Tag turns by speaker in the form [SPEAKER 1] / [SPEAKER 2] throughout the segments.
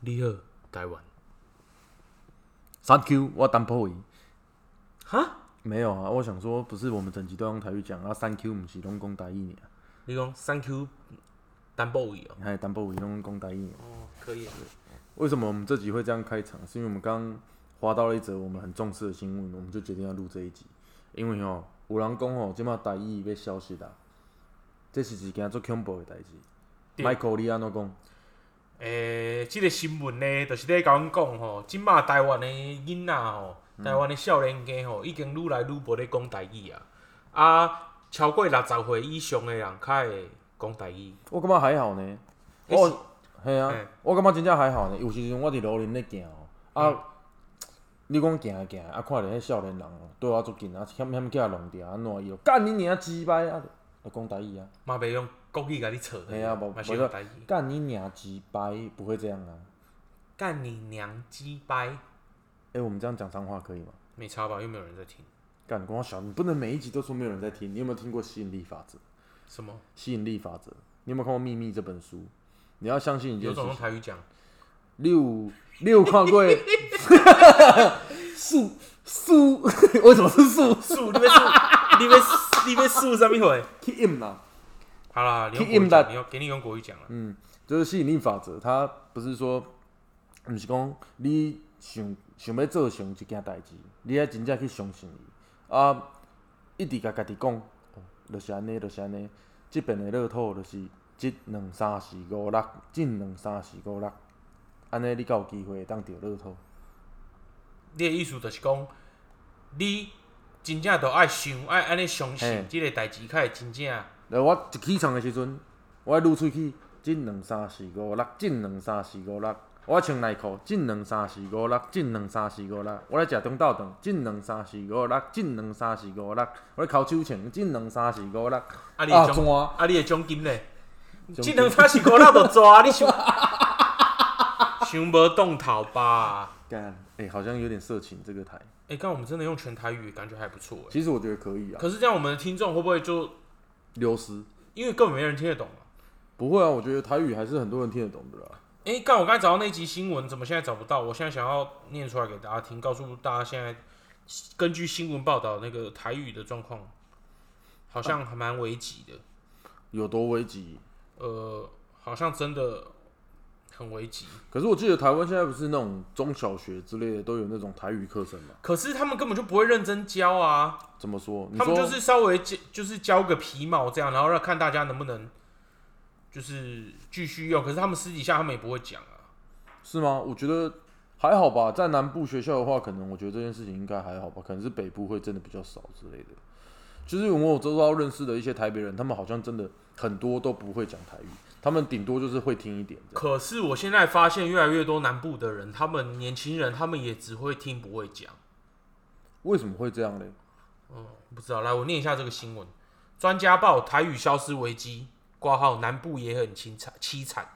[SPEAKER 1] 你好，台湾。
[SPEAKER 2] Thank you，我要单破伊。
[SPEAKER 1] 哈？
[SPEAKER 2] 没有啊，我想说，不是我们整集都用台语讲啊，Thank you，不是拢讲台语尔，
[SPEAKER 1] 你讲 Thank you，单薄语哦。
[SPEAKER 2] 还有单破伊拢讲台语尔。
[SPEAKER 1] 哦，可以。
[SPEAKER 2] 为什么我们这集会这样开场？是因为我们刚刚划到了一则我们很重视的新闻，我们就决定要录这一集。因为吼，有人讲吼，即马台语要消失啦，这是一件足恐怖的代志。
[SPEAKER 3] 对
[SPEAKER 2] Michael，你安怎讲？
[SPEAKER 3] 诶、即、个新闻呢，就是咧甲阮讲吼，即马台湾的囡仔吼，
[SPEAKER 1] 嗯
[SPEAKER 3] 台湾的少年家吼，已经愈来愈无咧讲台语啊。啊，超过六十岁以上的人较会讲台语。
[SPEAKER 2] 我感觉还好呢。
[SPEAKER 3] 那是
[SPEAKER 2] 我，系啊
[SPEAKER 3] 嘿，
[SPEAKER 2] 我感觉真正还好呢。有时阵我伫路顶咧行哦，
[SPEAKER 3] 嗯
[SPEAKER 2] 啊，你讲行行，啊，看着迄少年人哦，对我足近啊，险险起来弄掉，安怎伊就干你娘鸡巴啊！就讲台语啊，
[SPEAKER 3] 嘛袂用国语甲你
[SPEAKER 1] 哎
[SPEAKER 3] 扯，
[SPEAKER 2] 嘿啊，无
[SPEAKER 3] 嘛
[SPEAKER 2] 无
[SPEAKER 3] 是用
[SPEAKER 2] 说
[SPEAKER 3] 台语。
[SPEAKER 2] 干你娘鸡巴，不会这样啊。
[SPEAKER 3] 干你娘鸡掰，
[SPEAKER 2] 诶，我们这样讲脏话可以吗？
[SPEAKER 3] 没差吧？又没有人在听。
[SPEAKER 2] 干，光小，你不能每一集都说没有人在听。你有没有听过吸引力法则？
[SPEAKER 3] 什么？
[SPEAKER 2] 吸引力法则，你有没有看过《秘密》这本书？你要相信一
[SPEAKER 3] 有
[SPEAKER 2] 件事
[SPEAKER 3] 种
[SPEAKER 2] 情
[SPEAKER 3] 用。台语讲，
[SPEAKER 2] 你有你有看 过树树？ 为什么是树？
[SPEAKER 3] 数你要数， 你要你要数什么货？
[SPEAKER 2] 去啊印啦，
[SPEAKER 3] 好啦，你
[SPEAKER 2] 去
[SPEAKER 3] 用国语
[SPEAKER 2] 音啦
[SPEAKER 3] 讲，你要给你用国语讲了。
[SPEAKER 2] 嗯，就是吸引力法则。它不是说，毋是讲你想想要做成一件代志，你要真正去相信伊啊，一直甲家己讲，哦，就是安尼，就是安尼。即边的乐透就是一两三四五六，进两三四五六，安尼你才有机会会当着乐透。
[SPEAKER 3] 你的意思就是讲，你真正着爱想，爱安尼相
[SPEAKER 2] 嘿
[SPEAKER 3] 信即个代志，较会真正。啊
[SPEAKER 2] 来，我一起床的时阵，我爱撸喙齿，进两三四五六，进两三四五六。我穿内裤，进两三四五六，进两三四五六。我来食中昼顿，进两三四五六，进两三四五六。我咧抠手穿，进两三四五六。
[SPEAKER 3] 啊，你
[SPEAKER 2] 啊
[SPEAKER 3] 的奖
[SPEAKER 2] 怎
[SPEAKER 3] 啊
[SPEAKER 2] 啊，
[SPEAKER 3] 你的奖金咧，
[SPEAKER 2] 金
[SPEAKER 3] 即两三是五六着抓，你想 想无动头吧？
[SPEAKER 2] 干，哎、好像有点色情这个台。
[SPEAKER 3] 哎、刚我们真的用全台语，感觉还不错哎。
[SPEAKER 2] 其实我觉得可以啊，
[SPEAKER 3] 可是这样，我们的听众会不会就
[SPEAKER 2] 流失
[SPEAKER 3] 因为根本没人听得懂嘛？
[SPEAKER 2] 不会啊，我觉得台语还是很多人听得懂的啦。
[SPEAKER 3] 哎、刚我刚才找到那集新闻，怎么现在找不到？我现在想要念出来给大家听，告诉大家现在根据新闻报道那个台语的状况，好像还蛮危急的。
[SPEAKER 2] 有多危急？
[SPEAKER 3] 呃，好像真的很危急。
[SPEAKER 2] 可是我记得台湾现在不是那种中小学之类的都有那种台语课程嘛？
[SPEAKER 3] 可是他们根本就不会认真教啊，
[SPEAKER 2] 怎么说？你
[SPEAKER 3] 他
[SPEAKER 2] 说
[SPEAKER 3] 们就是稍微教，就是教个皮毛这样，然后让看大家能不能就是继续用。可是他们私底下他们也不会讲啊。
[SPEAKER 2] 是吗？我觉得还好吧，在南部学校的话，可能我觉得这件事情应该还好吧，可能是北部会真的比较少之类的。就是我有周遭认识的一些台北人，他们好像真的很多都不会讲台语，他们顶多就是会听一点这样。
[SPEAKER 3] 可是我现在发现越来越多南部的人，他们年轻人他们也只会听不会讲。
[SPEAKER 2] 为什么会这样嘞？
[SPEAKER 3] 不知道，来我念一下这个新闻：专家报台语消失危机，挂号南部也很凄惨凄惨，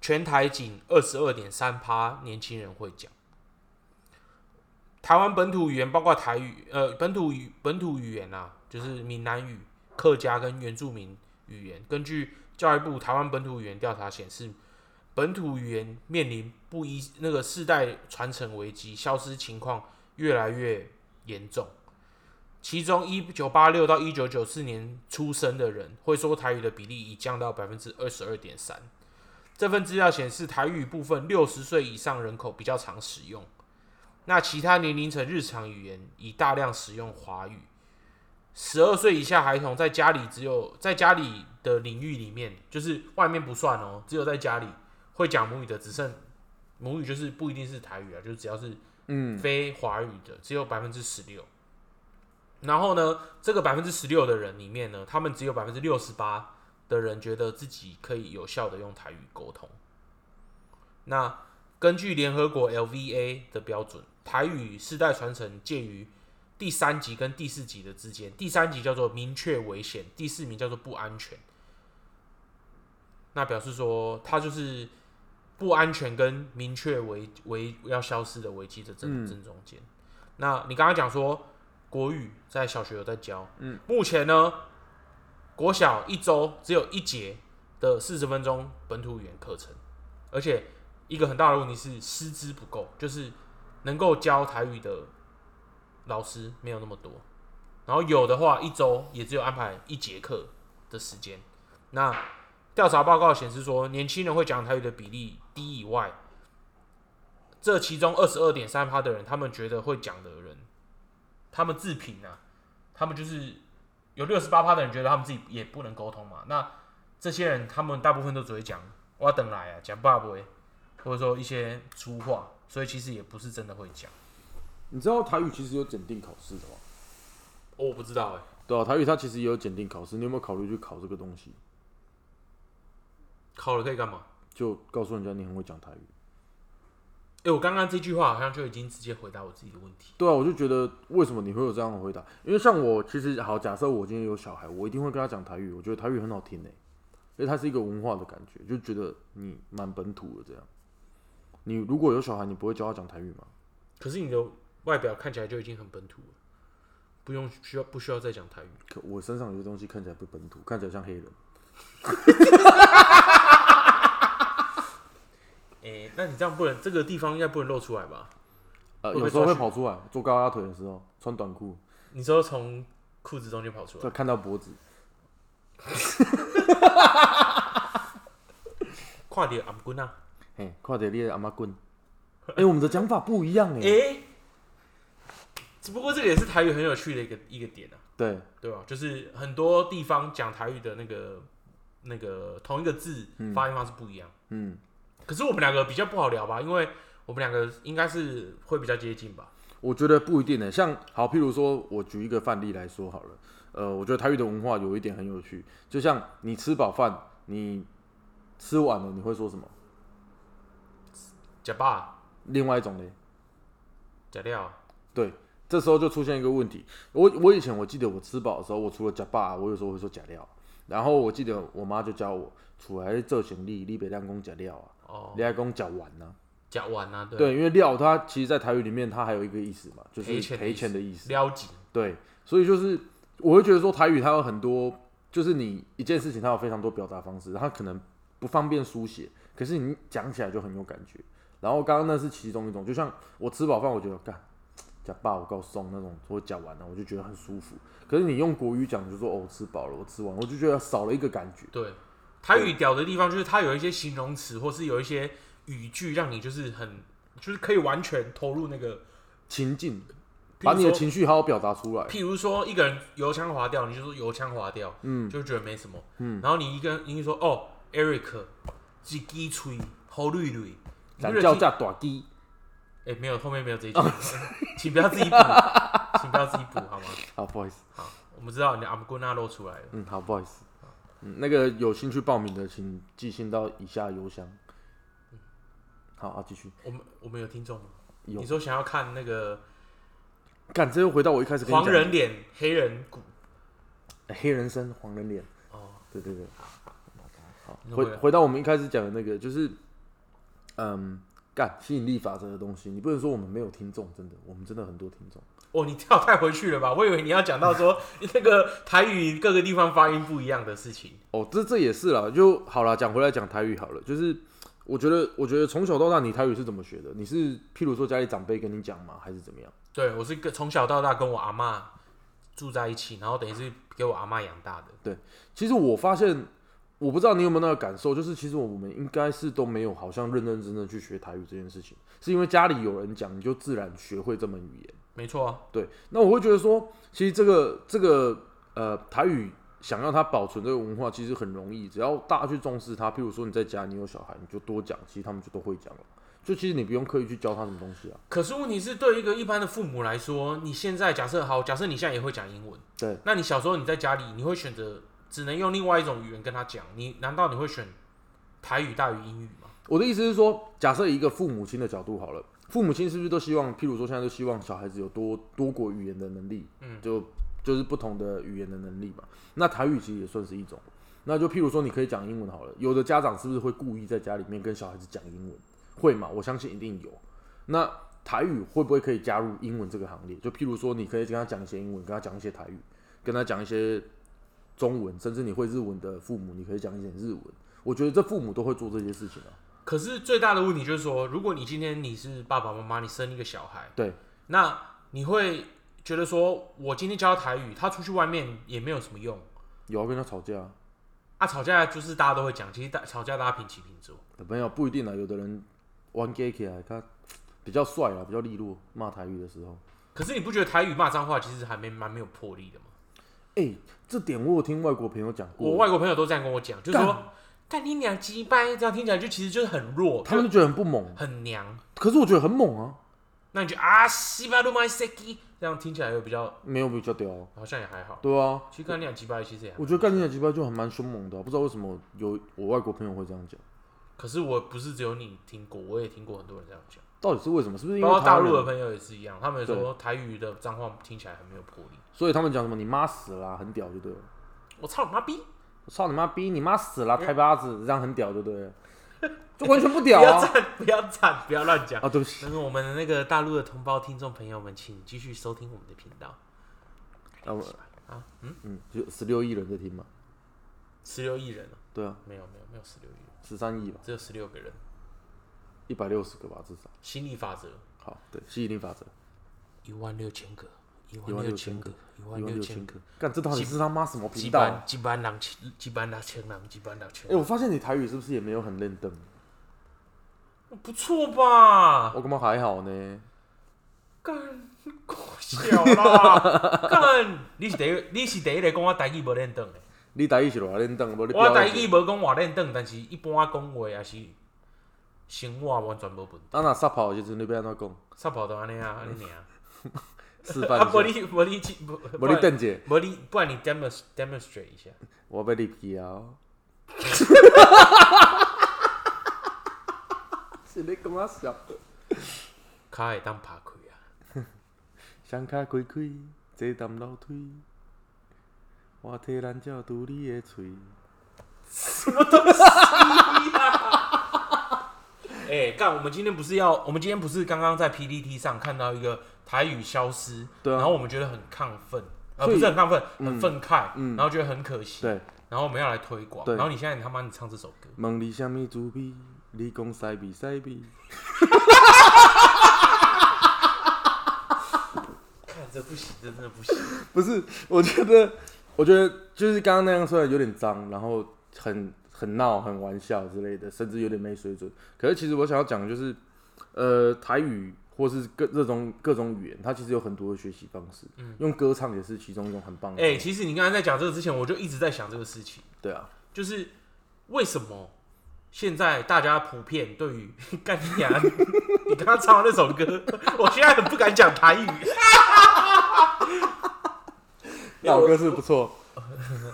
[SPEAKER 3] 全台仅二十二点三趴年轻人会讲。台湾本土语言包括台语，呃，本土语本土语言啊，就是闽南语、客家跟原住民语言。根据教育部台湾本土语言调查显示，本土语言面临不一那个世代传承危机，消失情况越来越严重。其中一九八六到一九九四年出生的人会说台语的比例已降到百分之二十二点三。这份资料显示，台语部分六十岁以上人口比较常使用，那其他年龄层日常语言已大量使用华语。十二岁以下孩童在家里只有在家里的领域里面，就是外面不算哦，只有在家里会讲母语的只剩母语，就是不一定是台语啊，就只要是
[SPEAKER 2] 嗯，
[SPEAKER 3] 非华语的只有百分之十六。然后呢，这个百分之十六的人里面呢，他们只有百分之六十八的人觉得自己可以有效的用台语沟通。那根据联合国 LVA 的标准，台语世代传承介于第三级跟第四级的之间，第三级叫做明确危险，第四名叫做不安全。那表示说，它就是不安全跟明确危危要消失的危机的正
[SPEAKER 2] 嗯
[SPEAKER 3] 正中间。那你刚刚讲说国语在小学有在教，嗯，目前呢，国小一周只有一节的四十分钟本土语言课程，而且一个很大的问题是师资不够，就是能够教台语的老师没有那么多，然后有的话一周也只有安排一节课的时间。那调查报告显示说，年轻人会讲台语的比例低以外，这其中二十二点三趴的人，他们觉得会讲的人，他们自评啊，他们就是有六十八趴的人觉得他们自己也不能沟通嘛。那这些人，他们大部分都只会讲“我等来啊”，讲“爸爸”，或者说一些粗话，所以其实也不是真的会讲。
[SPEAKER 2] 你知道台语其实有检定考试的吗？
[SPEAKER 3] 哦，我不知道哎、
[SPEAKER 2] 对啊，台语它其实也有检定考试，你有没有考虑去考这个东西？
[SPEAKER 3] 考了可以干嘛？
[SPEAKER 2] 就告诉人家你很会讲台语。
[SPEAKER 3] 哎、我刚刚这句话好像就已经直接回答我自己的问题。
[SPEAKER 2] 对啊，我就觉得为什么你会有这样的回答？因为像我其实好，假设我今天有小孩，我一定会跟他讲台语，我觉得台语很好听诶、欸因为它是一个文化的感觉，就觉得你蛮本土的这样。你如果有小孩，你不会教他讲台语吗？
[SPEAKER 3] 可是你的外表看起来就已经很本土了，不用需要不需要再讲台语。
[SPEAKER 2] 可我身上有些东西看起来不本土，看起来像黑人。
[SPEAKER 3] 哎、那你这样不能，这个地方应该不能露出来吧？会
[SPEAKER 2] 呃，
[SPEAKER 3] 不
[SPEAKER 2] 有
[SPEAKER 3] 会
[SPEAKER 2] 时候会
[SPEAKER 3] 抓去
[SPEAKER 2] 跑出来，做高压腿的时候穿短裤，
[SPEAKER 3] 你说从裤子中间跑出
[SPEAKER 2] 再
[SPEAKER 3] 来，
[SPEAKER 2] 看到脖子。
[SPEAKER 3] 快点阿姆滚啊！
[SPEAKER 2] 嘿，快点列阿妈 棍！哎、我们的讲法不一样哎、
[SPEAKER 3] 哎、只不过这个也是台语很有趣的一个一个点啊，
[SPEAKER 2] 对，
[SPEAKER 3] 对吧？就是很多地方讲台语的那个那个同一个字发音方式不一样。
[SPEAKER 2] 嗯，
[SPEAKER 3] 可是我们两个比较不好聊吧，因为我们两个应该是会比较接近吧。
[SPEAKER 2] 我觉得不一定呢、像好，譬如说，我举一个范例来说好了。呃，我觉得台语的文化有一点很有趣，就像你吃饱饭，你吃完了你会说什么？
[SPEAKER 3] 假爸
[SPEAKER 2] 另外一种嘞，
[SPEAKER 3] 假料，
[SPEAKER 2] 对，这时候就出现一个问题。我我以前我记得我吃饱的时候，我除了假爸，我有时候会说假料。然后我记得我妈就教我，出来做行李，你别当讲假料啊，
[SPEAKER 3] 哦，
[SPEAKER 2] 你爱讲假完呐、
[SPEAKER 3] 假完啊，对，
[SPEAKER 2] 对，因为料它其实，在台语里面它还有一个意思嘛，就是
[SPEAKER 3] 赔钱
[SPEAKER 2] 赔钱的意思。
[SPEAKER 3] 撩紧，
[SPEAKER 2] 对，所以就是我会觉得说台语它有很多，就是你一件事情它有非常多表达方式，它可能不方便书写，可是你讲起来就很有感觉。然后刚刚那是其中一种，就像我吃饱饭，我觉得干假爸我告送那种，我讲完了我就觉得很舒服。可是你用国语讲，你就说哦我吃饱了，我吃完，我就觉得少了一个感觉。
[SPEAKER 3] 对。台语屌的地方就是它有一些形容词，或是有一些语句，让你就是很就是可以完全投入那个。
[SPEAKER 2] 情境，
[SPEAKER 3] 譬如
[SPEAKER 2] 把你的
[SPEAKER 3] 说
[SPEAKER 2] 情绪好好表达出来。
[SPEAKER 3] 譬如说一个人油腔滑调，你就说油腔滑调，嗯，就觉得没什么，嗯。然后你一个人，你就说哦，Eric，几鸡吹，好绿绿，你
[SPEAKER 2] 咱
[SPEAKER 3] 就觉
[SPEAKER 2] 叫
[SPEAKER 3] 得
[SPEAKER 2] 价短低，
[SPEAKER 3] 哎、没有，后面没有这一句， 请不要自己补，请不要自己补好吗？
[SPEAKER 2] 好，不好意思。
[SPEAKER 3] 好，我们知道你的阿姆古纳露出来了。
[SPEAKER 2] 嗯，好，不好意思。嗯，那个有兴趣报名的，请寄信到以下邮箱。好，啊，继续。
[SPEAKER 3] 我们我们有听众吗？
[SPEAKER 2] 有
[SPEAKER 3] 你说想要看那个
[SPEAKER 2] 干，这又回到我一开始跟你
[SPEAKER 3] 黄
[SPEAKER 2] 讲
[SPEAKER 3] 人脸、黑人骨
[SPEAKER 2] 哎黑人身黄人脸。
[SPEAKER 3] 哦，
[SPEAKER 2] 对对对。好，
[SPEAKER 3] 那
[SPEAKER 2] 回
[SPEAKER 3] 回来
[SPEAKER 2] 回到我们一开始讲的那个，就是，嗯，干吸引力法则的东西，你不能说我们没有听众，真的，我们真的很多听众。
[SPEAKER 3] 哦，你跳太回去了吧？我以为你要讲到说那个台语各个地方发音不一样的事情。
[SPEAKER 2] 哦，这这也是啦，就好啦，讲回来讲台语好了，就是我觉得，我觉得从小到大你台语是怎么学的？你是譬如说家里长辈跟你讲吗，还是怎么样？
[SPEAKER 3] 对我是跟从小到大跟我阿嬷住在一起，然后等于是给我阿嬷养大的。
[SPEAKER 2] 其实我发现，我不知道你有没有那个感受，就是其实我们应该是都没有好像认认真真去学台语这件事情，是因为家里有人讲，你就自然学会这门语言。
[SPEAKER 3] 没错啊，
[SPEAKER 2] 对，那我会觉得说，其实这个这个呃台语想要它保存这个文化，其实很容易，只要大家去重视它。譬如说你在家，你有小孩，你就多讲，其实他们就都会讲了。就其实你不用刻意去教他什么东西啊。
[SPEAKER 3] 可是问题是，对于一个一般的父母来说，你现在假设好，假设你现在也会讲英文，
[SPEAKER 2] 对，
[SPEAKER 3] 那你小时候你在家里，你会选择只能用另外一种语言跟他讲，你难道你会选台语大于英语吗？
[SPEAKER 2] 我的意思是说，假设以一个父母亲的角度好了，父母亲是不是都希望，譬如说现在都希望小孩子有多多国语言的能力，嗯，就就是不同的语言的能力嘛。那台语其实也算是一种。那就譬如说，你可以讲英文好了。有的家长是不是会故意在家里面跟小孩子讲英文？会嘛？我相信一定有。那台语会不会可以加入英文这个行列？就譬如说，你可以跟他讲一些英文，跟他讲一些台语，跟他讲一些中文，甚至你会日文的父母，你可以讲一点日文。我觉得这父母都会做这些事情啊。
[SPEAKER 3] 可是最大的问题就是说，如果你今天你是爸爸妈妈，你生一个小孩，
[SPEAKER 2] 对，
[SPEAKER 3] 那你会觉得说，我今天教他台语，他出去外面也没有什么用
[SPEAKER 2] 有要跟他吵架啊。
[SPEAKER 3] 啊。吵架就是大家都会讲，其实大吵架大家平起平坐。
[SPEAKER 2] 没有不一定啊，有的人玩 gay 起来，他比较帅啊，比较利落，骂台语的时候。
[SPEAKER 3] 可是你不觉得台语骂脏话其实还没蛮没有魄力的吗？
[SPEAKER 2] 哎、这点我有听外国朋友讲过，
[SPEAKER 3] 我外国朋友都这样跟我讲，就是说，干你娘鸡掰，这样听起来就其实就是很弱，
[SPEAKER 2] 他们
[SPEAKER 3] 就
[SPEAKER 2] 就觉得很不猛，
[SPEAKER 3] 很娘。
[SPEAKER 2] 可是我觉得很猛啊，
[SPEAKER 3] 那你就啊西巴鲁马塞基，这样听起来又比较
[SPEAKER 2] 没有比较屌、啊，
[SPEAKER 3] 好像也还好。
[SPEAKER 2] 对啊，
[SPEAKER 3] 其实干你娘鸡掰其实也还好，
[SPEAKER 2] 我觉得干你的鸡巴就还蛮凶猛的啊、不知道为什么有我外国朋友会这样讲，
[SPEAKER 3] 可是我不是只有你听过，我也听过很多人这样讲。
[SPEAKER 2] 到底是为什么？是不是因
[SPEAKER 3] 包
[SPEAKER 2] 为
[SPEAKER 3] 括
[SPEAKER 2] 台
[SPEAKER 3] 大
[SPEAKER 2] 湾
[SPEAKER 3] 陆的
[SPEAKER 2] 人？
[SPEAKER 3] 朋友也是一样，他们说台语的脏话听起来很没有魄力。
[SPEAKER 2] 所以他们讲什么你妈死啦、很屌就对了，
[SPEAKER 3] 我操你妈逼！
[SPEAKER 2] 我操你妈逼，你妈死啦、开巴子，这样很屌就对 了，就完全不
[SPEAKER 3] 不
[SPEAKER 2] 屌
[SPEAKER 3] 要
[SPEAKER 2] 啊！
[SPEAKER 3] 站，不要站，不要乱讲
[SPEAKER 2] 啊，。对不起
[SPEAKER 3] 但是我们的那个大陆的同胞听众朋友们，请继续收听我们的频道。
[SPEAKER 2] 啊，我
[SPEAKER 3] 啊，
[SPEAKER 2] 嗯，就十六亿人在听嘛，
[SPEAKER 3] 十六亿人哦，
[SPEAKER 2] 对啊，
[SPEAKER 3] 没有没有没有十六亿人，
[SPEAKER 2] 十三亿吧，
[SPEAKER 3] 只有十六个人。
[SPEAKER 2] 一百六十个吧至少。
[SPEAKER 3] 心理法则，
[SPEAKER 2] 好，对，吸引力法则，
[SPEAKER 3] 一万六千个，一
[SPEAKER 2] 一万
[SPEAKER 3] 万
[SPEAKER 2] 六
[SPEAKER 3] 六
[SPEAKER 2] 千
[SPEAKER 3] 千
[SPEAKER 2] 个
[SPEAKER 3] 个，一，
[SPEAKER 2] 一
[SPEAKER 3] 万
[SPEAKER 2] 万
[SPEAKER 3] 六
[SPEAKER 2] 六
[SPEAKER 3] 千
[SPEAKER 2] 千
[SPEAKER 3] 个
[SPEAKER 2] 个，，干，这到底是他妈什么
[SPEAKER 3] 几
[SPEAKER 2] 频道
[SPEAKER 3] 班
[SPEAKER 2] 啊？
[SPEAKER 3] 几班人，几班六千人，几班六千
[SPEAKER 2] 哎、我发现你台语是不是也没有很认真？
[SPEAKER 3] 人，不错吧？
[SPEAKER 2] 我感觉还好呢。
[SPEAKER 3] 干，搞笑 啦！干，你是第一，你是第一个讲我台语无练凳的。
[SPEAKER 2] 你台语是偌认真，无你
[SPEAKER 3] 我
[SPEAKER 2] 表
[SPEAKER 3] 台
[SPEAKER 2] 演
[SPEAKER 3] 语无讲话练凳，但是一般讲话也是生活完全无问题。
[SPEAKER 2] 啊，若撒泡的时阵，你要安怎 讲？
[SPEAKER 3] 撒跑都安尼啊，
[SPEAKER 2] 嗯
[SPEAKER 3] 安尼 尔。
[SPEAKER 2] 示范
[SPEAKER 3] 啊，无
[SPEAKER 2] 一下。
[SPEAKER 3] 你无你去无
[SPEAKER 2] 无你，等者，
[SPEAKER 3] 无你不然你 demonstrate demonstrate 一下。
[SPEAKER 2] 我要你皮 啊！是你讲啊笑，
[SPEAKER 3] 卡会当拍开啊！
[SPEAKER 2] 双脚开开，坐淡楼梯，我替咱照拄你的 喙。
[SPEAKER 3] 哎、干！我们今天不是要，我们今天不是刚刚在 PPT 上看到一个台语消失，
[SPEAKER 2] 对啊
[SPEAKER 3] 然后我们觉得很亢奋，呃，
[SPEAKER 2] 所以
[SPEAKER 3] 不是很亢奋，很愤慨，
[SPEAKER 2] 嗯
[SPEAKER 3] 然后觉得很可惜，
[SPEAKER 2] 对，
[SPEAKER 3] 然后我们要来推广，
[SPEAKER 2] 对
[SPEAKER 3] 然后你现在你他妈你唱这首歌，
[SPEAKER 2] 问你什么滋味？你讲西味西味。
[SPEAKER 3] 看这不行，这真的不行，
[SPEAKER 2] 不是，我觉得，我觉得就是刚刚那样，虽然有点脏，然后很很闹、很玩笑之类的，甚至有点没水准。可是其实我想要讲的就是，呃，台语或是各这种各种语言，它其实有很多的学习方式。
[SPEAKER 3] 嗯
[SPEAKER 2] 用歌唱也是其中一种很棒 的。
[SPEAKER 3] 哎、其实你刚才在讲这个之前，我就一直在想这个事情，
[SPEAKER 2] 对啊，
[SPEAKER 3] 就是为什么现在大家普遍对于 干你娘，你刚刚唱的那首歌，我现在很不敢讲台语，
[SPEAKER 2] 老歌是不错。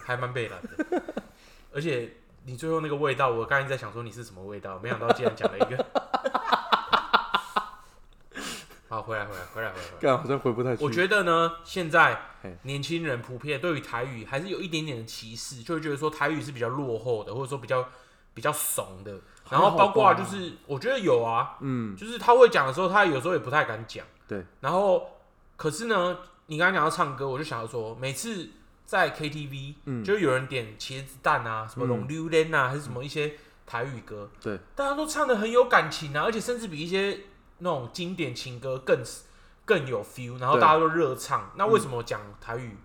[SPEAKER 3] 还蛮被蓝的， 而且你最后那个味道，我刚才在想说你是什么味道，没想到竟然讲了一个。 好，回来，回来，回来，回来，回来。
[SPEAKER 2] 干好像回不太去。
[SPEAKER 3] 我觉得呢，现在
[SPEAKER 2] 嘿
[SPEAKER 3] 年轻人普遍对于台语还是有一点点的歧视，就会觉得说台语是比较落后的，或者说比较比较怂的。然后包括就是，我觉得有啊，
[SPEAKER 2] 嗯，
[SPEAKER 3] 就是他会讲的时候，他有时候也不太敢讲。
[SPEAKER 2] 对，
[SPEAKER 3] 然后，可是呢，你刚刚讲到唱歌，我就想到说，每次在 KTV，、
[SPEAKER 2] 嗯
[SPEAKER 3] 就有人点茄子蛋啊，什么龙溜莲啊，还是什么一些台语歌，
[SPEAKER 2] 对，
[SPEAKER 3] 大家都唱的很有感情啊，而且甚至比一些那种经典情歌更更有 feel，然后
[SPEAKER 2] 对嗯
[SPEAKER 3] 大家都热唱。那为什么讲台语、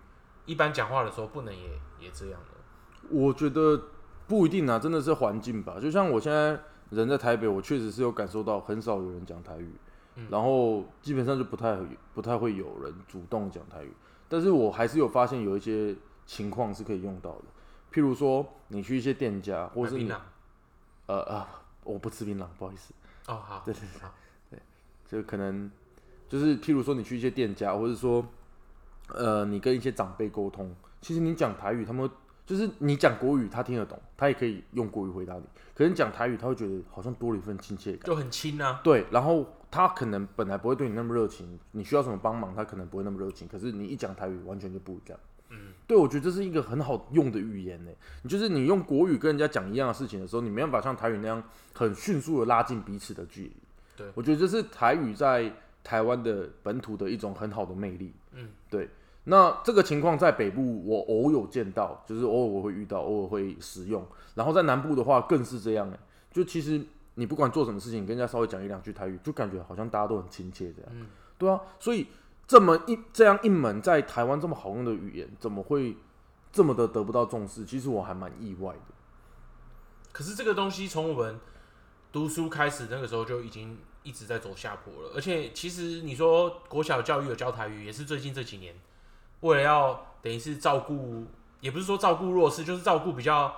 [SPEAKER 3] 一般讲话的时候不能也也这样呢？
[SPEAKER 2] 我觉得不一定啊，真的是环境吧。就像我现在人在台北，我确实是有感受到很少有人讲台语，然后基本上就不太不太会有人主动讲台语。但是我还是有发现有一些情况是可以用到的，譬如说你去一些店家，或是
[SPEAKER 3] 买
[SPEAKER 2] 你
[SPEAKER 3] 槟榔
[SPEAKER 2] 呃啊，我不吃槟榔，不好意思。
[SPEAKER 3] 哦，好，
[SPEAKER 2] 对对对就可能就是譬如说你去一些店家，或者说呃你跟一些长辈沟通，其实你讲台语，他们会就是你讲国语，他听得懂，他也可以用国语回答你。可是你讲台语，他会觉得好像多了一份亲切感。
[SPEAKER 3] 就很亲啊。
[SPEAKER 2] 对，然后他可能本来不会对你那么热情，你需要什么帮忙，他可能不会那么热情。可是你一讲台语，完全就不一样。嗯，对，我觉得这是一个很好用的语言呢。你就是你用国语跟人家讲一样的事情的时候，你没办法像台语那样很迅速的拉近彼此的距离。
[SPEAKER 3] 对
[SPEAKER 2] 我觉得这是台语在台湾的本土的一种很好的魅力。
[SPEAKER 3] 嗯，
[SPEAKER 2] 对。那这个情况在北部我偶有见到，就是偶尔我会遇到，偶尔会使用。然后在南部的话更是这样哎，就其实你不管做什么事情，跟人家稍微讲一两句台语，就感觉好像大家都很亲切这样。对啊，所以这么一这样一门在台湾这么好用的语言，怎么会这么的得不到重视？其实我还蛮意外的。
[SPEAKER 3] 可是这个东西从我们读书开始，那个时候就已经一直在走下坡了。而且其实你说国小教育有教台语，也是最近这几年为了要等于是照顾，也不是说照顾弱势，就是照顾比较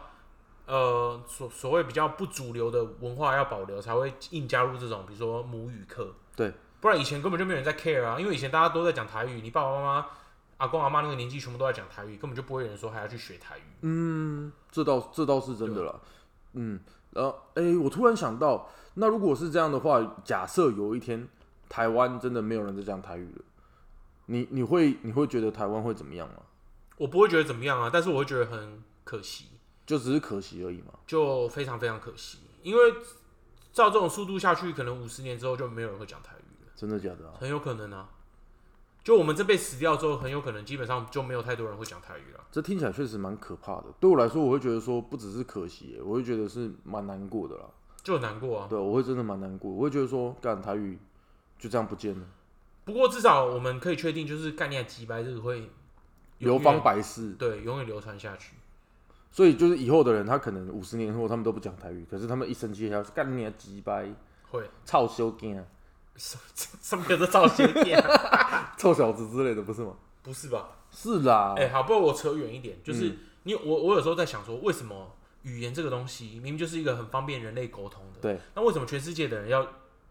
[SPEAKER 3] 呃所所谓比较不主流的文化要保留，才会硬加入这种比如说母语课。
[SPEAKER 2] 对，
[SPEAKER 3] 不然以前根本就没有人在 care 啊，因为以前大家都在讲台语，你爸爸妈妈、阿公阿妈那个年纪全部都在讲台语，根本就不会有人说还要去学台语。
[SPEAKER 2] 嗯，这倒这倒是真的了。嗯，然后诶，我突然想到，那如果是这样的话，假设有一天台湾真的没有人在讲台语了，你你会你会觉得台湾会怎么样吗？
[SPEAKER 3] 我不会觉得怎么样啊，但是我会觉得很可惜。
[SPEAKER 2] 就只是可惜而已嘛。
[SPEAKER 3] 就非常非常可惜，因为照这种速度下去，可能五十年之后就没有人会讲台语了，
[SPEAKER 2] 真的假的啊？
[SPEAKER 3] 很有可能啊。就我们这辈死掉之后，很有可能基本上就没有太多人会讲台语了。
[SPEAKER 2] 这听起来确实蛮可怕的。对我来说，我会觉得说不只是可惜耶，我会觉得是蛮难过的啦。
[SPEAKER 3] 就很难过啊。
[SPEAKER 2] 对，我会真的蛮难过，我会觉得说，干台语就这样不见了，
[SPEAKER 3] 不过至少我们可以确定，就是概念几百这个会永
[SPEAKER 2] 流
[SPEAKER 3] 远
[SPEAKER 2] 芳百世。
[SPEAKER 3] 对永远流传下去。
[SPEAKER 2] 所以就是以后的人，他可能五十年后他们都不讲台语，可是他们一生气还要说干你啊鸡掰，
[SPEAKER 3] 会
[SPEAKER 2] 操修干，
[SPEAKER 3] 上面的造型店、啊，
[SPEAKER 2] 臭小子之类的，不是吗？
[SPEAKER 3] 不是吧？
[SPEAKER 2] 是啦，
[SPEAKER 3] 哎、好，不然我扯远一点，就是、
[SPEAKER 2] 嗯
[SPEAKER 3] 你我我有时候在想说，为什么语言这个东西明明就是一个很方便人类沟通的，
[SPEAKER 2] 对，
[SPEAKER 3] 那为什么全世界的人要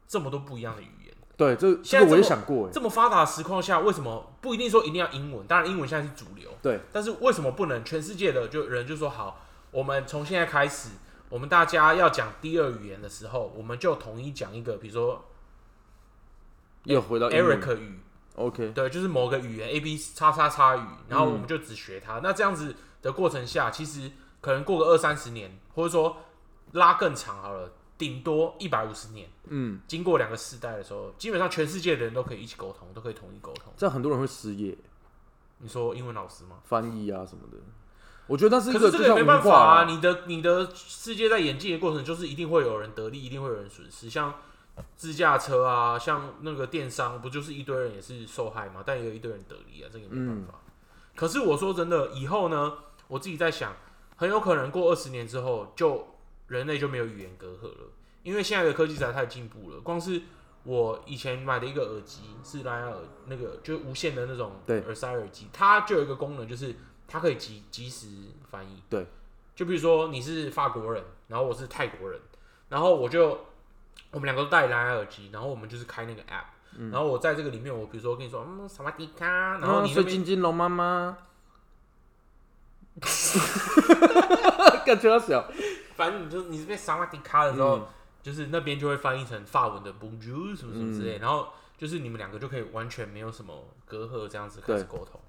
[SPEAKER 3] 这么多不一样的语言？
[SPEAKER 2] 对，这
[SPEAKER 3] 现
[SPEAKER 2] 这
[SPEAKER 3] 在
[SPEAKER 2] 个我也
[SPEAKER 3] 这么
[SPEAKER 2] 想过哎，
[SPEAKER 3] 这么发达的时况下，为什么不一定说一定要英文？当然，英文现在是主流，
[SPEAKER 2] 对，
[SPEAKER 3] 但是为什么不能全世界的就人就说好，我们从现在开始，我们大家要讲第二语言的时候，我们就统一讲一个，比如说
[SPEAKER 2] 又回到英文
[SPEAKER 3] Eric 语，
[SPEAKER 2] OK，
[SPEAKER 3] 对，就是某个语言 A B 叉叉叉语，然后我们就只学它。那这样子的过程下，其实可能过个二三十年，或者说拉更长好了，顶多一百五十年，
[SPEAKER 2] 嗯，
[SPEAKER 3] 经过两个世代的时候，基本上全世界的人都可以一起沟通，都可以统一沟通。
[SPEAKER 2] 这样很多人会失业，
[SPEAKER 3] 你说英文老师吗？
[SPEAKER 2] 翻译啊什么的，我觉得那是一
[SPEAKER 3] 可是
[SPEAKER 2] 就
[SPEAKER 3] 这
[SPEAKER 2] 像
[SPEAKER 3] 个没
[SPEAKER 2] 文
[SPEAKER 3] 办
[SPEAKER 2] 化
[SPEAKER 3] 法啊，你的你的世界在演进的过程，就是一定会有人得利，一定会有人损失。像自驾车啊，像那个电商，不就是一堆人也是受害嘛？但也有一堆人得利啊，这个也没办
[SPEAKER 2] 嗯
[SPEAKER 3] 法。可是我说真的，以后呢，我自己在想，很有可能过二十年之后，就人类就没有语言隔阂了，因为现在的科技实在太进步了。光是我以前买的一个耳机是蓝牙耳，那个就是无线的那种
[SPEAKER 2] 对
[SPEAKER 3] 耳塞耳机，它就有一个功能，就是它可以及及时翻译。
[SPEAKER 2] 对，
[SPEAKER 3] 就比如说你是法国人，然后我是泰国人，然后我就我们两个都戴蓝牙耳机，然后我们就是开那个 app，、然后我在这个里面，我比如说跟你说嗯萨瓦迪卡，然后
[SPEAKER 2] 嗯啊，
[SPEAKER 3] 你
[SPEAKER 2] 水
[SPEAKER 3] 那边
[SPEAKER 2] 晶金龙妈 妈，感觉要小，
[SPEAKER 3] 反正你就你这边萨瓦迪卡的时候，
[SPEAKER 2] 嗯
[SPEAKER 3] 就是那边就会翻译成法文的 bonjour 什么什么之
[SPEAKER 2] 嗯
[SPEAKER 3] 类，然后就是你们两个就可以完全没有什么隔阂，这样子开始沟通。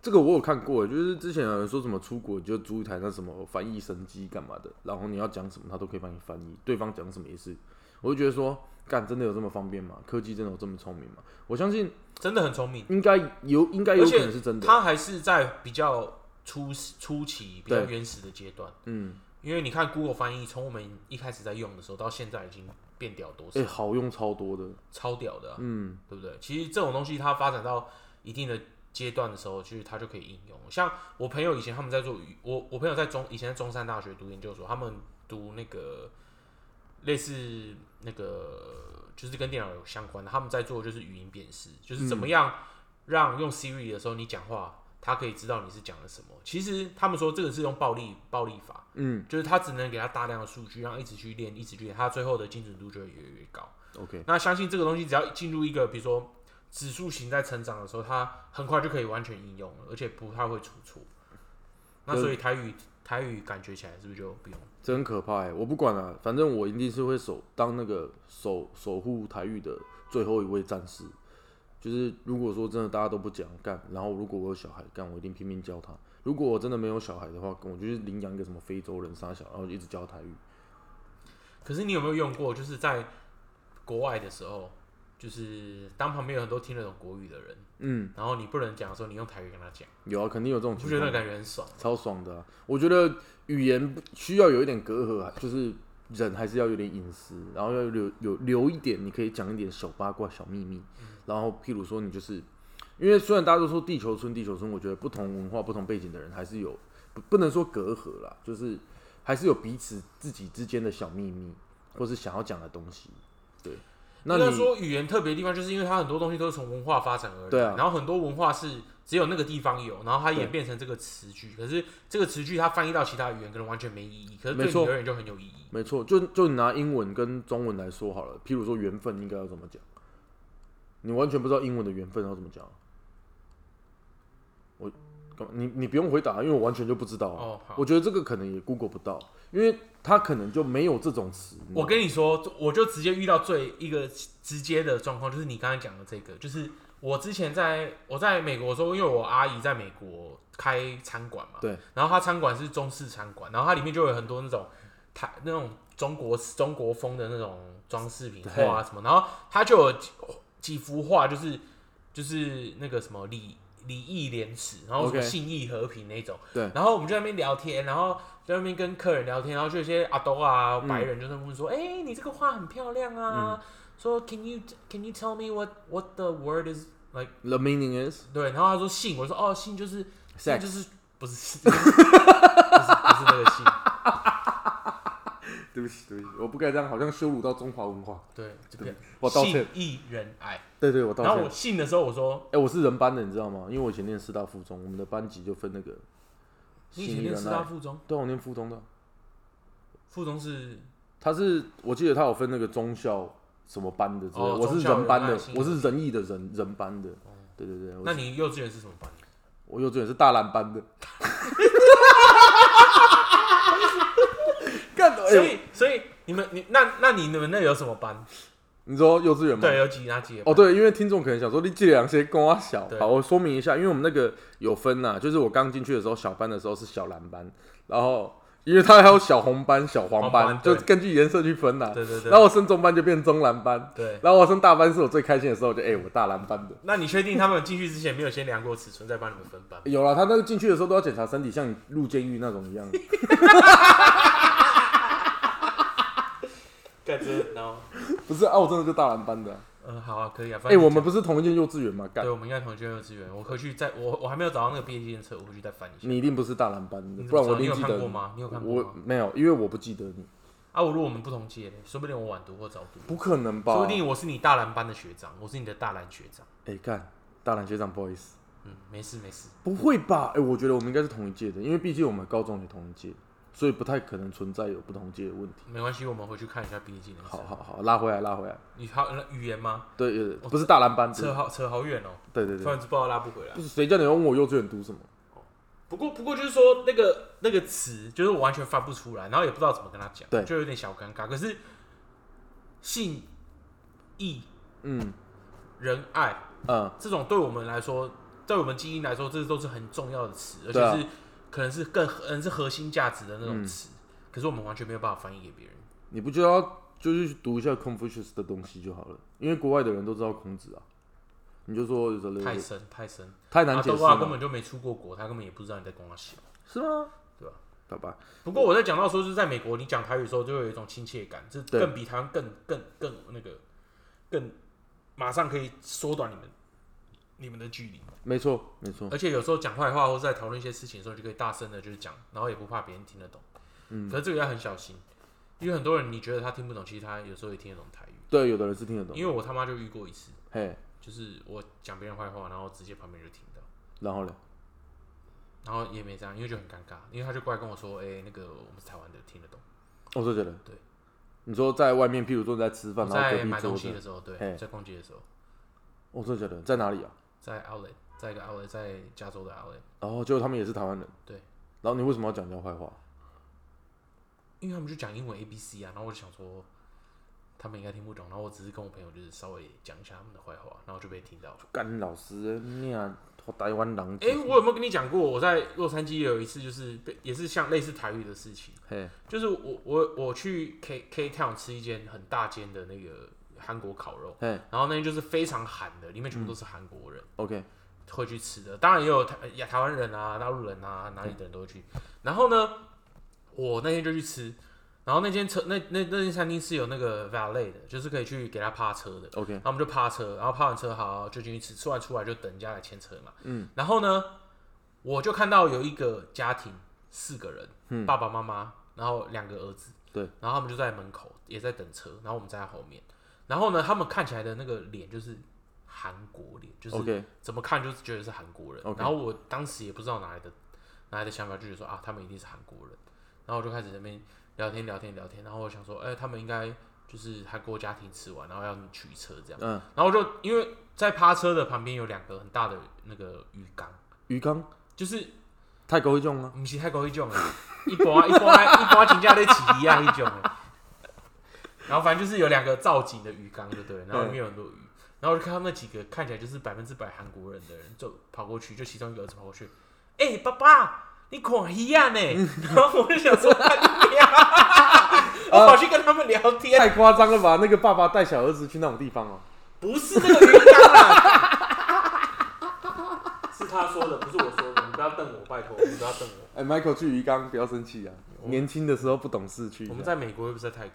[SPEAKER 2] 这个我有看过，就是之前有人说什么出国就租一台那什么翻译神机干嘛的，然后你要讲什么，他都可以帮你翻译，对方讲什么也是。我就觉得说，干真的有这么方便吗？科技真的有这么聪明吗？我相信
[SPEAKER 3] 真的很聪明，
[SPEAKER 2] 应该有，应该有
[SPEAKER 3] 而
[SPEAKER 2] 可
[SPEAKER 3] 且
[SPEAKER 2] 能是真的。
[SPEAKER 3] 他还是在比较初初期、比较
[SPEAKER 2] 对
[SPEAKER 3] 原始的阶段。
[SPEAKER 2] 嗯，
[SPEAKER 3] 因为你看 Google 翻译，从我们一开始在用的时候到现在已经变屌多少，
[SPEAKER 2] 哎、好用超多的。
[SPEAKER 3] 超屌的啊、
[SPEAKER 2] 嗯，
[SPEAKER 3] 对不对？其实这种东西它发展到一定的阶段的时候，其实它就可以应用。像我朋友以前他们在做语，我我朋友在中以前在中山大学读研究所，他们读那个类似那个就是跟电脑有相关的，他们在做就是语音辨识，就是怎么样让用 Siri 的时候你讲话，他可以知道你是讲了什么。其实他们说这个是用暴力暴力法，
[SPEAKER 2] 嗯
[SPEAKER 3] 就是他只能给他大量的数据，让他一直去练，一直去练，他最后的精准度就会越来越高。
[SPEAKER 2] ，OK，
[SPEAKER 3] 那相信这个东西只要进入一个比如说指数型在成长的时候，它很快就可以完全应用了，而且不太会出错。那所以台语台语感觉起来是不是就不用？
[SPEAKER 2] 这很可怕哎、我不管了、反正我一定是会守当那个守守护台语的最后一位战士。就是如果说真的大家都不讲干，然后如果我有小孩干，我一定拼命教他。如果我真的没有小孩的话，我就是领养一个什么非洲人傻小，然后一直教台语。
[SPEAKER 3] 可是你有没有用过？就是在国外的时候，就是当旁边有很多听得懂国语的人，
[SPEAKER 2] 嗯，
[SPEAKER 3] 然后你不能讲的时候，你用台语跟他讲，
[SPEAKER 2] 有啊，肯定有这种
[SPEAKER 3] 你
[SPEAKER 2] 情
[SPEAKER 3] 不觉得那
[SPEAKER 2] 况
[SPEAKER 3] 个。感觉很爽？
[SPEAKER 2] 超爽的啊、我觉得语言需要有一点隔阂啊，就是人还是要有点隐私，然后要留有留一点，你可以讲一点小八卦、小秘密。然后，譬如说，你就是因为虽然大家都说地球村、地球村，我觉得不同文化、不同背景的人还是有不不能说隔阂啦，就是还是有彼此自己之间的小秘密，或是想要讲的东西。对，那
[SPEAKER 3] 应该
[SPEAKER 2] 你
[SPEAKER 3] 说语言特别的地方，就是因为它很多东西都是从文化发展而来，
[SPEAKER 2] 对啊
[SPEAKER 3] 然后很多文化是只有那个地方有，然后它
[SPEAKER 2] 对
[SPEAKER 3] 演变成这个词句，可是这个词句它翻译到其他语言可能完全没意义，可是对
[SPEAKER 2] 没错
[SPEAKER 3] 你而言就很有意义。
[SPEAKER 2] 没错，就就你拿英文跟中文来说好了，譬如说缘分应该要怎么讲，你完全不知道英文的缘分要怎么讲。啊我，干嘛你你不用回答，因为我完全就不知道啊。
[SPEAKER 3] 哦好
[SPEAKER 2] 我觉得这个可能也 Google 不到，因为他可能就没有这种词。你知道吗
[SPEAKER 3] 我跟你说，我就直接遇到最一个直接的状况，就是你刚才讲的这个，就是我之前在我在美国的时候，因为我阿姨在美国开餐馆嘛，
[SPEAKER 2] 对，
[SPEAKER 3] 然后她餐馆是中式餐馆，然后它里面就有很多那种台那种中国中国风的那种装饰品
[SPEAKER 2] 对
[SPEAKER 3] 画啊什么，然后它就有几几幅画，就是就是那个什么礼礼义廉耻，然后什么
[SPEAKER 2] OK
[SPEAKER 3] 信义和平那种，
[SPEAKER 2] 对
[SPEAKER 3] 然后我们就在那边聊天，然后在那边跟客人聊天，然后就有些阿东啊白人就在那边问
[SPEAKER 2] 嗯
[SPEAKER 3] 说，哎、你这个画很漂亮啊，说 Can you Can you tell me what what the word is like？
[SPEAKER 2] The meaning is
[SPEAKER 3] 对，然后他说性，我说哦性就是性
[SPEAKER 2] sex，
[SPEAKER 3] 就是不是 不是不是那个性，
[SPEAKER 2] 对不起对不起，我不该这样，好像羞辱到中华文化。
[SPEAKER 3] 对，这边
[SPEAKER 2] 我道歉
[SPEAKER 3] 性义仁爱。
[SPEAKER 2] 对对，我道
[SPEAKER 3] 然后
[SPEAKER 2] 歉
[SPEAKER 3] 我。信的时候，我说
[SPEAKER 2] 哎、我是人班的，你知道吗？因为我以前念师大附中，我们的班级就分那个
[SPEAKER 3] 你以前
[SPEAKER 2] 信义
[SPEAKER 3] 念
[SPEAKER 2] 仁爱。
[SPEAKER 3] 师大附中，
[SPEAKER 2] 对啊，我念附中的啊。
[SPEAKER 3] 附中是
[SPEAKER 2] 他是我记得他有分那个中校什么班的之类的，
[SPEAKER 3] 哦
[SPEAKER 2] 我
[SPEAKER 3] 中
[SPEAKER 2] 是
[SPEAKER 3] 校
[SPEAKER 2] 人班的
[SPEAKER 3] 仁爱，信
[SPEAKER 2] 我是仁义的人人班的，
[SPEAKER 3] 哦
[SPEAKER 2] 对对对，我
[SPEAKER 3] 那
[SPEAKER 2] 是
[SPEAKER 3] 你幼稚园是什么班？
[SPEAKER 2] 我幼稚园是大蓝班的， 干的，哎
[SPEAKER 3] 所
[SPEAKER 2] 呦，
[SPEAKER 3] 以所以你们你那那你们那有什么班？
[SPEAKER 2] 你说幼稚园吗？
[SPEAKER 3] 对，有几哪几个班？
[SPEAKER 2] 哦，对，因为听众可能想说你这两些跟我小，
[SPEAKER 3] 对
[SPEAKER 2] 好，我说明一下，因为我们那个有分呐、就是我刚进去的时候，小班的时候是小蓝班，然后因为它还有小红班、小黄
[SPEAKER 3] 黄
[SPEAKER 2] 班
[SPEAKER 3] 班，
[SPEAKER 2] 就
[SPEAKER 3] 对
[SPEAKER 2] 根据颜色去分呐、
[SPEAKER 3] 对对对
[SPEAKER 2] 然后我升中班就变中蓝班，
[SPEAKER 3] 对
[SPEAKER 2] 然后我升大班是我最开心的时候，就哎、我大蓝班的。
[SPEAKER 3] 那你确定他们进去之前没有先量过尺寸再帮你们分班吗？
[SPEAKER 2] 有啦，他那个进去的时候都要检查身体，像你入监狱那种 一样。
[SPEAKER 3] 干这，然后
[SPEAKER 2] 不是啊，我真的就大蓝班的、 啊。
[SPEAKER 3] 嗯，好啊，可以啊，
[SPEAKER 2] 哎、
[SPEAKER 3] 反正
[SPEAKER 2] 我们不是同一间幼稚园吗？干
[SPEAKER 3] 对，，我们应该同一间幼稚园，我回去再我我还没有找到那个毕业纪念册，我回去再翻一下。
[SPEAKER 2] 你一定不是大蓝班的，
[SPEAKER 3] 你怎么
[SPEAKER 2] 不然我一
[SPEAKER 3] 知
[SPEAKER 2] 定
[SPEAKER 3] 道你有
[SPEAKER 2] 记得
[SPEAKER 3] 看过吗你有看过
[SPEAKER 2] 我
[SPEAKER 3] 吗
[SPEAKER 2] 没有，因为我不记得你，
[SPEAKER 3] 啊，我如果我们不同届嘞，说不定我晚读或早读，
[SPEAKER 2] 不可能吧？
[SPEAKER 3] 说不定我是你大蓝班的学长，我是你的大蓝学长。
[SPEAKER 2] 哎、干，大蓝学长，不好意思，
[SPEAKER 3] 嗯，没事没事，
[SPEAKER 2] 不会吧？哎、我觉得我们应该是同一届的，因为毕竟我们高中也同一届，所以不太可能存在有不同届的问题。
[SPEAKER 3] 没关系，我们回去看一下毕业纪念册。
[SPEAKER 2] 好好好，拉回来，拉回来。
[SPEAKER 3] 你好，那语言吗？
[SPEAKER 2] 对，呃不是大蓝班，
[SPEAKER 3] 扯好扯好远哦，
[SPEAKER 2] 对对
[SPEAKER 3] 突然
[SPEAKER 2] 对，
[SPEAKER 3] 就不知道拉不回来
[SPEAKER 2] 就。是谁叫你要问我幼稚园读什么？
[SPEAKER 3] 不过不过就是说那个那个词，就是我完全翻不出来，然后也不知道怎么跟他讲，
[SPEAKER 2] 对
[SPEAKER 3] 就有点小尴尬。可是信义
[SPEAKER 2] 嗯
[SPEAKER 3] 仁爱
[SPEAKER 2] 嗯，
[SPEAKER 3] 这种对我们来说，对我们基因来说，这都是很重要的词，而
[SPEAKER 2] 对啊
[SPEAKER 3] 且是可能是更可能是核心价值的那种词。
[SPEAKER 2] 嗯
[SPEAKER 3] 可是我们完全没有办法翻译给别人。
[SPEAKER 2] 你不就要就是读一下 Confucius 的东西就好了，因为国外的人都知道孔子啊。你就说有的
[SPEAKER 3] 太深太深，
[SPEAKER 2] 太
[SPEAKER 3] 阿
[SPEAKER 2] 难解
[SPEAKER 3] 德
[SPEAKER 2] 释
[SPEAKER 3] 华根本
[SPEAKER 2] 了，
[SPEAKER 3] 就没出过国，他根本也不知道你在跟他笑。
[SPEAKER 2] 是吗？
[SPEAKER 3] 对吧？
[SPEAKER 2] 好吧，
[SPEAKER 3] 不过我在讲到说，就是在美国，你讲台语的时候，就会有一种亲切感，这
[SPEAKER 2] 对
[SPEAKER 3] 更比台湾更更更那个更马上可以缩短你们你们的距离。
[SPEAKER 2] 没错没错，
[SPEAKER 3] 而且有时候讲坏话或是在讨论一些事情的时候，就可以大声的就是讲，然后也不怕别人听得懂。嗯，可是这个要很小心，因为很多人你觉得他听不懂，其实他有时候也听得懂台语。
[SPEAKER 2] 对，有的人是听得懂
[SPEAKER 3] 因，为我他妈就遇过一次，
[SPEAKER 2] 嘿，
[SPEAKER 3] 就是我讲别人坏话，然后直接旁边就听到，
[SPEAKER 2] 然后嘞，
[SPEAKER 3] 然后也没这样，因为就很尴尬，因为他就过来跟我说，哎、那个我们是台湾的，听得懂。
[SPEAKER 2] 我说觉得，
[SPEAKER 3] 对，
[SPEAKER 2] 你说在外面，譬如说你在吃
[SPEAKER 3] 我
[SPEAKER 2] 饭，然后隔
[SPEAKER 3] 在
[SPEAKER 2] 壁
[SPEAKER 3] 买东
[SPEAKER 2] 桌哦
[SPEAKER 3] 西的
[SPEAKER 2] 子，
[SPEAKER 3] 时候，对
[SPEAKER 2] 嘿，
[SPEAKER 3] 在逛街的时候，
[SPEAKER 2] 我说觉得在哪里啊？
[SPEAKER 3] 在 Outlet，在一个 Outlet，在加州的 Outlet，
[SPEAKER 2] 然哦后结果他们也是台湾人，
[SPEAKER 3] 对，
[SPEAKER 2] 然后你为什么要讲人家坏话？
[SPEAKER 3] 因为他们就讲英文 A B C 啊，然后我就想说他们应该听不懂，然后我只是跟我朋友就是稍微讲一下他们的坏话，然后就被听到。
[SPEAKER 2] 干老师，你啊，台湾人，
[SPEAKER 3] 哎、我有没有跟你讲过，我在洛杉矶有一次就是被也是像类似台语的事情，
[SPEAKER 2] 嘿，
[SPEAKER 3] 就是我我我去 K K Town 吃一间很大间的那个韩国烤肉，
[SPEAKER 2] 嘿
[SPEAKER 3] 然后那间就是非常韩的，里面全部都是韩国人。
[SPEAKER 2] ，OK，
[SPEAKER 3] 会去吃的，当然也有台也台湾人啊、大陆人啊，哪里的人都会去。然后呢，我那天就去吃，然后那间车那那那间餐厅是有那个 valet 的，就是可以去给他趴车的。
[SPEAKER 2] OK
[SPEAKER 3] 然后我们就趴车，然后趴完车好就进去吃，吃完出来就等人家来牵车嘛。嗯，然后呢，我就看到有一个家庭四个人，爸爸妈妈，然后两个儿子，
[SPEAKER 2] 对，
[SPEAKER 3] 然后他们就在门口也在等车，然后我们在后面。然后呢，他们看起来的那个脸就是韩国脸，就是
[SPEAKER 2] OK
[SPEAKER 3] 怎么看就是觉得是韩国人。
[SPEAKER 2] OK
[SPEAKER 3] 然后我当时也不知道哪来的哪来的想法，就觉得说啊，他们一定是韩国人。然后我就开始在那边聊天聊天聊天，然后我想说，哎、他们应该就是韩国家庭吃完，然后要取车这样。
[SPEAKER 2] 嗯，
[SPEAKER 3] 然后我就因为在趴车的旁边有两个很大的那个鱼缸，
[SPEAKER 2] 鱼缸
[SPEAKER 3] 就是
[SPEAKER 2] 泰国会啊用吗？
[SPEAKER 3] 不是泰国迄种的，一般一般一般真正咧饲鱼啊迄种的。然后反正就是有两个造景的鱼缸，对不对了？然后里面有很多鱼，然后我就看到那几个看起来就是百分之百韩国人的人，就跑过去，就其中一个儿子跑过去，哎、爸爸，你看鱼啊呢？然后我就想说，干你啊我跑去跟他们聊天，
[SPEAKER 2] 太夸张了吧！那个爸爸带小儿子去那种地方哦、
[SPEAKER 3] 不是那个鱼缸啊啦，是他说的，不是我说的，你不要瞪我，拜托，你不要瞪我。
[SPEAKER 2] 哎、m i c h a e l 去鱼缸不要生气啊，年轻的时候不懂事去一下。啊
[SPEAKER 3] 我们在美国又不是在泰国。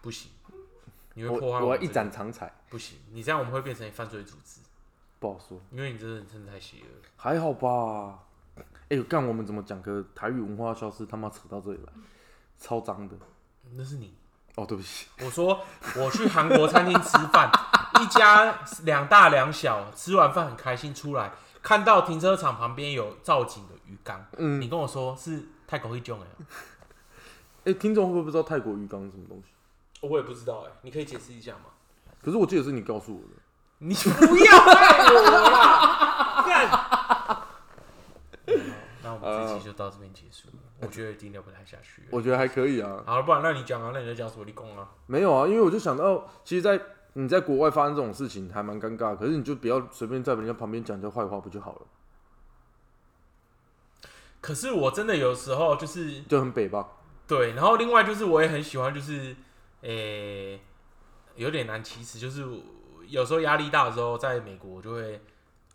[SPEAKER 3] 不行，你会
[SPEAKER 2] 我
[SPEAKER 3] 破坏
[SPEAKER 2] 我要
[SPEAKER 3] 们
[SPEAKER 2] 一
[SPEAKER 3] 这个
[SPEAKER 2] 展长才，
[SPEAKER 3] 不行，你这样我们会变成犯罪组织，
[SPEAKER 2] 不好说。
[SPEAKER 3] 因为你真的真的太邪恶了。
[SPEAKER 2] 还好吧？哎、呦，干我们怎么讲个台语文化消失？他妈扯到这里来，超脏的。
[SPEAKER 3] 那是你。
[SPEAKER 2] 哦，对不起，
[SPEAKER 3] 我说我去韩国餐厅吃饭，一家两大两小，吃完饭很开心，出来看到停车场旁边有造景的鱼缸，嗯，你跟我说是泰国一种哎，
[SPEAKER 2] 哎、听众会不会不知道泰国鱼缸是什么东西？
[SPEAKER 3] 我也不知道哎、你可以解释一下吗？
[SPEAKER 2] 可是我记得是你告诉我的。
[SPEAKER 3] 你不要害我啦！干。 那我们这期就到这边结束了，我觉得已经聊不太下去了。
[SPEAKER 2] 我觉得还可以啊，
[SPEAKER 3] 好了，不然那你讲啊，那你在讲什么立功啊？
[SPEAKER 2] 没有啊，因为我就想到，其实在，你在国外发生这种事情还蛮尴尬，可是你就不要随便在人家旁边讲人家坏话不就好了？
[SPEAKER 3] 可是我真的有时候就是
[SPEAKER 2] 就很北吧。
[SPEAKER 3] 对，然后另外就是我也很喜欢，就是诶、有点难启齿，就是我有时候压力大的时候，在美国我就会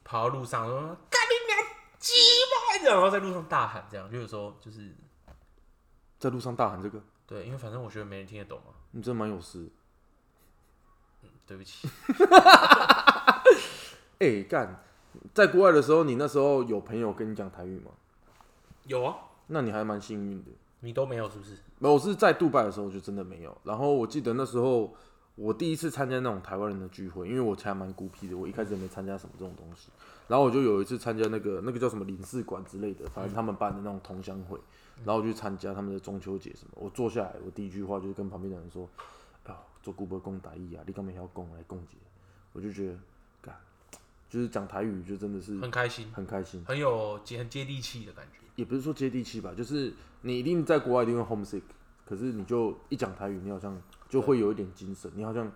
[SPEAKER 3] 跑到路上说“干你娘鸡巴”，然后在路上大喊，这样就有时候就是
[SPEAKER 2] 在路上大喊这个，
[SPEAKER 3] 对，因为反正我觉得没人听得懂嘛。
[SPEAKER 2] 你真的蛮有事。
[SPEAKER 3] 对不起，
[SPEAKER 2] 哎、干，在国外的时候，你那时候有朋友跟你讲台语吗？
[SPEAKER 3] 有啊，
[SPEAKER 2] 那你还蛮幸运的。
[SPEAKER 3] 你都没有是不是？
[SPEAKER 2] 没有，我是在杜拜的时候就真的没有。然后我记得那时候我第一次参加那种台湾人的聚会，因为我其实还蛮孤僻的，我一开始也没参加什么这种东西。然后我就有一次参加那个 那个叫什么领事馆之类的，反正他们办的那种同乡会，然后我去参加他们的中秋节什么。我坐下来，我第一句话就是跟旁边的人说：“啊，做古伯公打义啊，你干嘛要供来供节？”我就觉得，干，就是讲台语就真的是
[SPEAKER 3] 很开心，
[SPEAKER 2] 很开心。
[SPEAKER 3] 很有接很接地气的感觉。
[SPEAKER 2] 也不是说接地气吧，就是你一定在国外一定会 homesick，可是你就一讲台语，你好像就会有一点精神，你好像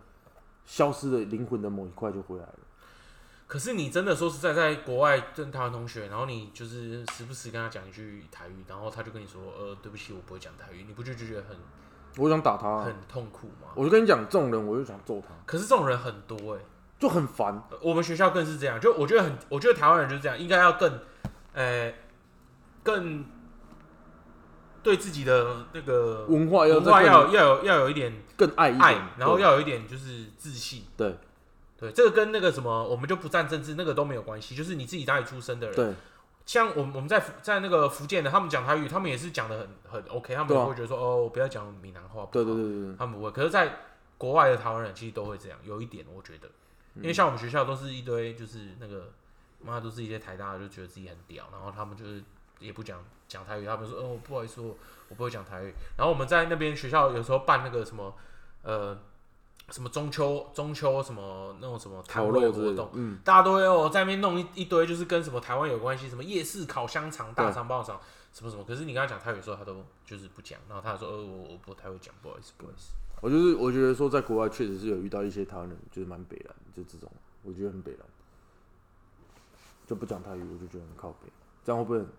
[SPEAKER 2] 消失了灵魂的某一块就回来了。
[SPEAKER 3] 可是你真的说实在，在国外跟台湾同学，然后你就是时不时跟他讲一句台语，然后他就跟你说：“呃，对不起，我不会讲台语。”你不就就觉得很
[SPEAKER 2] 我想打他、
[SPEAKER 3] 很痛苦吗？
[SPEAKER 2] 我就跟你讲，这种人我就想揍他，
[SPEAKER 3] 可是这种人很多哎、
[SPEAKER 2] 就很烦。
[SPEAKER 3] 呃我们学校更是这样。就我觉得很，我觉得台湾人就是这样，应该要更，呃，更对自己的那个
[SPEAKER 2] 文化要
[SPEAKER 3] 文
[SPEAKER 2] 再
[SPEAKER 3] 化
[SPEAKER 2] 更
[SPEAKER 3] 要要有要有一点
[SPEAKER 2] 更爱一点，
[SPEAKER 3] 爱，然后
[SPEAKER 2] 对
[SPEAKER 3] 要有一点就是自信。
[SPEAKER 2] 对
[SPEAKER 3] 对，这个跟那个什么，我们就不站政治，那个都没有关系，就是你自己哪里出生的人。
[SPEAKER 2] 对
[SPEAKER 3] 像我们我们在福在那个福建的，他们讲台语，他们也是讲的很很 OK，他们
[SPEAKER 2] 对啊
[SPEAKER 3] 不会觉得说、哦，我不要讲闽南话。
[SPEAKER 2] 对对对对对，
[SPEAKER 3] 他们不会。可是，在国外的台湾人其实都会这样，有一点我觉得，因
[SPEAKER 2] 嗯
[SPEAKER 3] 为像我们学校都是一堆就是那个妈都是一些台大的，就觉得自己很屌，然后他们就是也不讲讲台语，他们说哦不好意思，我我不会讲台语。然后我们在那边学校有时候办那个什么呃什么中秋中秋什么那种什么
[SPEAKER 2] 烤
[SPEAKER 3] 烤
[SPEAKER 2] 肉
[SPEAKER 3] 肉
[SPEAKER 2] 之
[SPEAKER 3] 活
[SPEAKER 2] 类的
[SPEAKER 3] 动，。
[SPEAKER 2] 嗯，
[SPEAKER 3] 大家都会哦，在那边弄一一堆，就是跟什么台湾有关系，什么夜市烤香肠、大
[SPEAKER 2] 对
[SPEAKER 3] 肠包肠，什么什么。可是你跟他讲台语的时候，他都就是不讲，然后他说：“呃，我我不太会讲，不好意思，不好意思。”
[SPEAKER 2] 我就是我觉得说，在国外确实是有遇到一些台湾人，就是蛮北蓝，就这种，我觉得很北蓝，就不讲台语，我就觉得很靠北，这样会不会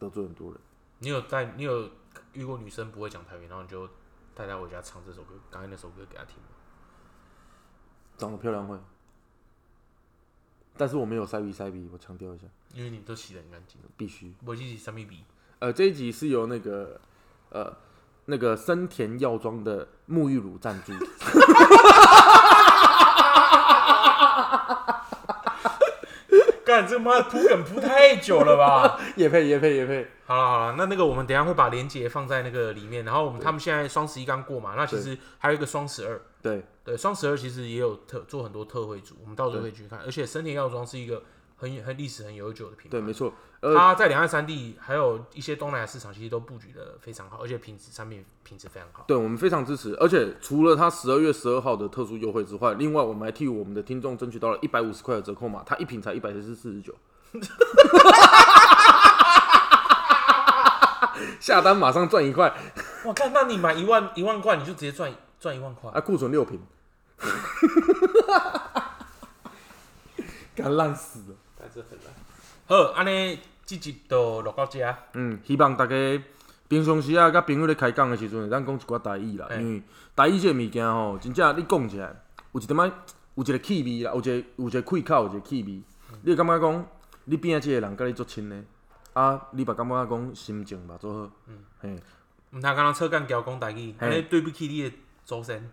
[SPEAKER 2] 得罪很多人？
[SPEAKER 3] 你有在你有遇过女生不会讲台语，然后你就带她回家唱这首歌，刚才那首歌给她听吗？
[SPEAKER 2] 长得漂亮会，但是我没有塞鼻塞鼻，我强调一下，
[SPEAKER 3] 因为你都洗得很干净，
[SPEAKER 2] 必须。
[SPEAKER 3] 我记得上面比
[SPEAKER 2] 呃，这一集是由那个呃那个森田药妆的沐浴乳赞助。
[SPEAKER 3] 干这妈铺梗铺太 久了吧？
[SPEAKER 2] 也配也配也配，
[SPEAKER 3] 好了好了，那那个我们等一下会把链接放在那个里面，然后我们他们现在双十一刚过嘛，那其实还有一个双十二，
[SPEAKER 2] 对
[SPEAKER 3] 对，双十二其实也有特做很多特惠组，我们到时候可以去看，而且森田药妆是一个很很历史很悠久的品牌
[SPEAKER 2] 对，，没错。呃，
[SPEAKER 3] 它在两岸三地还有一些东南亚市场其实都布局的非常好，而且品质产品品质非常好。
[SPEAKER 2] 对我们非常支持，而且除了它十二月十二号的特殊优惠之外，另外我们还替我们的听众争取到了一百五十块的折扣码，它一瓶才一百四四十九。 下单马上赚一块，
[SPEAKER 3] 我看，那你买一万一万罐，你就直接赚赚一万块。
[SPEAKER 2] 啊，库存六瓶， 干烂死了。
[SPEAKER 3] 好，安尼这集就录到这。啊
[SPEAKER 2] 嗯，希望大家平常时啊，甲朋友咧开讲的时阵，咱讲一寡台语啦，因为台语这个物件吼，真正你讲起来，有一点仔有一个气味啦，有一个有一个气口，有一个气味，你会感觉讲，你边仔即个人甲你足亲的，啊，你嘛感觉讲心情嘛足好，嗯，嘿，
[SPEAKER 3] 唔通刚刚车干交讲台语，
[SPEAKER 2] 嘿
[SPEAKER 3] 安尼对不起你的周身。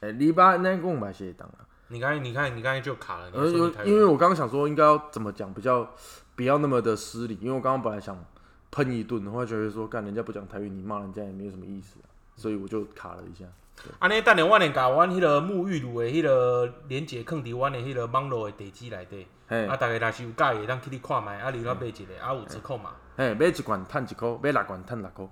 [SPEAKER 2] 诶、你爸安尼讲嘛是会当啊啦，
[SPEAKER 3] 你刚才你看你刚才就卡了，你
[SPEAKER 2] 呃，
[SPEAKER 3] 还说你
[SPEAKER 2] 因
[SPEAKER 3] 台
[SPEAKER 2] 因为
[SPEAKER 3] 语。
[SPEAKER 2] 我刚刚想说应该要怎么讲比较不要那么的失礼，因为我刚刚本来想喷一顿，后来觉得说干人家不讲台语，你骂人家也没有什么意思啊、所以我就卡了一下。
[SPEAKER 3] 安尼等下我连甲阮迄个沐浴乳的迄个连接放伫阮的迄个网络的地址内底，
[SPEAKER 2] 嘿
[SPEAKER 3] 啊，大家若是有介意，咱去你看卖，啊，你来买一个，啊，有折扣嘛。
[SPEAKER 2] 嘿，买一罐趁一箍，买六罐趁六箍。